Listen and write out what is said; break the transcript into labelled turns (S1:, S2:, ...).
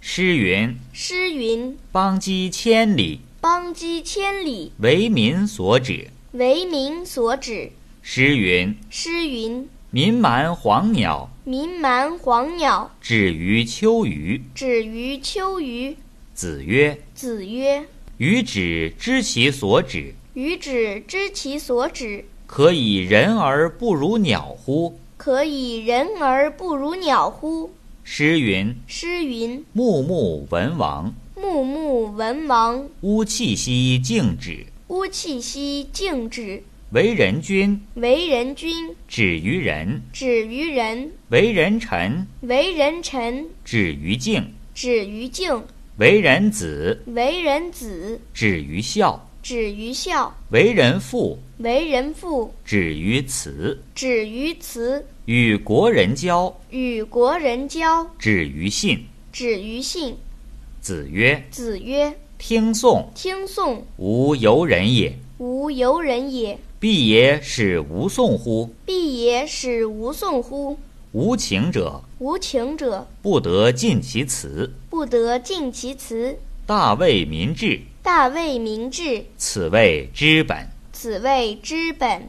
S1: 诗云
S2: 诗云：“
S1: 邦畿千里，：“
S2: 邦畿千里，
S1: 为民所指。
S2: 为民所指。”
S1: 诗云”
S2: 诗云：“
S1: 民蛮黄鸟，：“
S2: 民蛮黄鸟，
S1: 止于秋鱼。
S2: 止于秋鱼。”
S1: 子曰”
S2: 子曰：“
S1: 予止知其所止，：“
S2: 予止知其所止，
S1: 可以人而不如鸟乎
S2: 可以人而不如鸟乎？”
S1: 诗云？”
S2: 诗云：“
S1: 穆穆文王，：“
S2: 穆穆文王，
S1: 乌气息静止。
S2: 乌气息静止。
S1: 为人君，
S2: 为人君，
S1: 止于仁；
S2: 止于仁；
S1: 为人臣，
S2: 为人臣，
S1: 止于敬；
S2: 止于敬；
S1: 为人子，
S2: 为人子，
S1: 止于孝；
S2: 止于孝；
S1: 为人父，
S2: 为人父，
S1: 止于慈。
S2: 止于慈。”
S1: 与国人交，
S2: 与国人交，
S1: 止于信。
S2: 止于信。
S1: 子曰
S2: 子曰：“
S1: 听讼：“
S2: 听讼，
S1: 无由人也，
S2: 无由人也；
S1: 必也使无讼乎？
S2: 必也使无讼乎？
S1: 无情者，
S2: 无情者，
S1: 不得尽其辞。
S2: 不得尽其辞。
S1: 大为民治，
S2: 大为明志，
S1: 此谓知本。”
S2: 此谓知本。”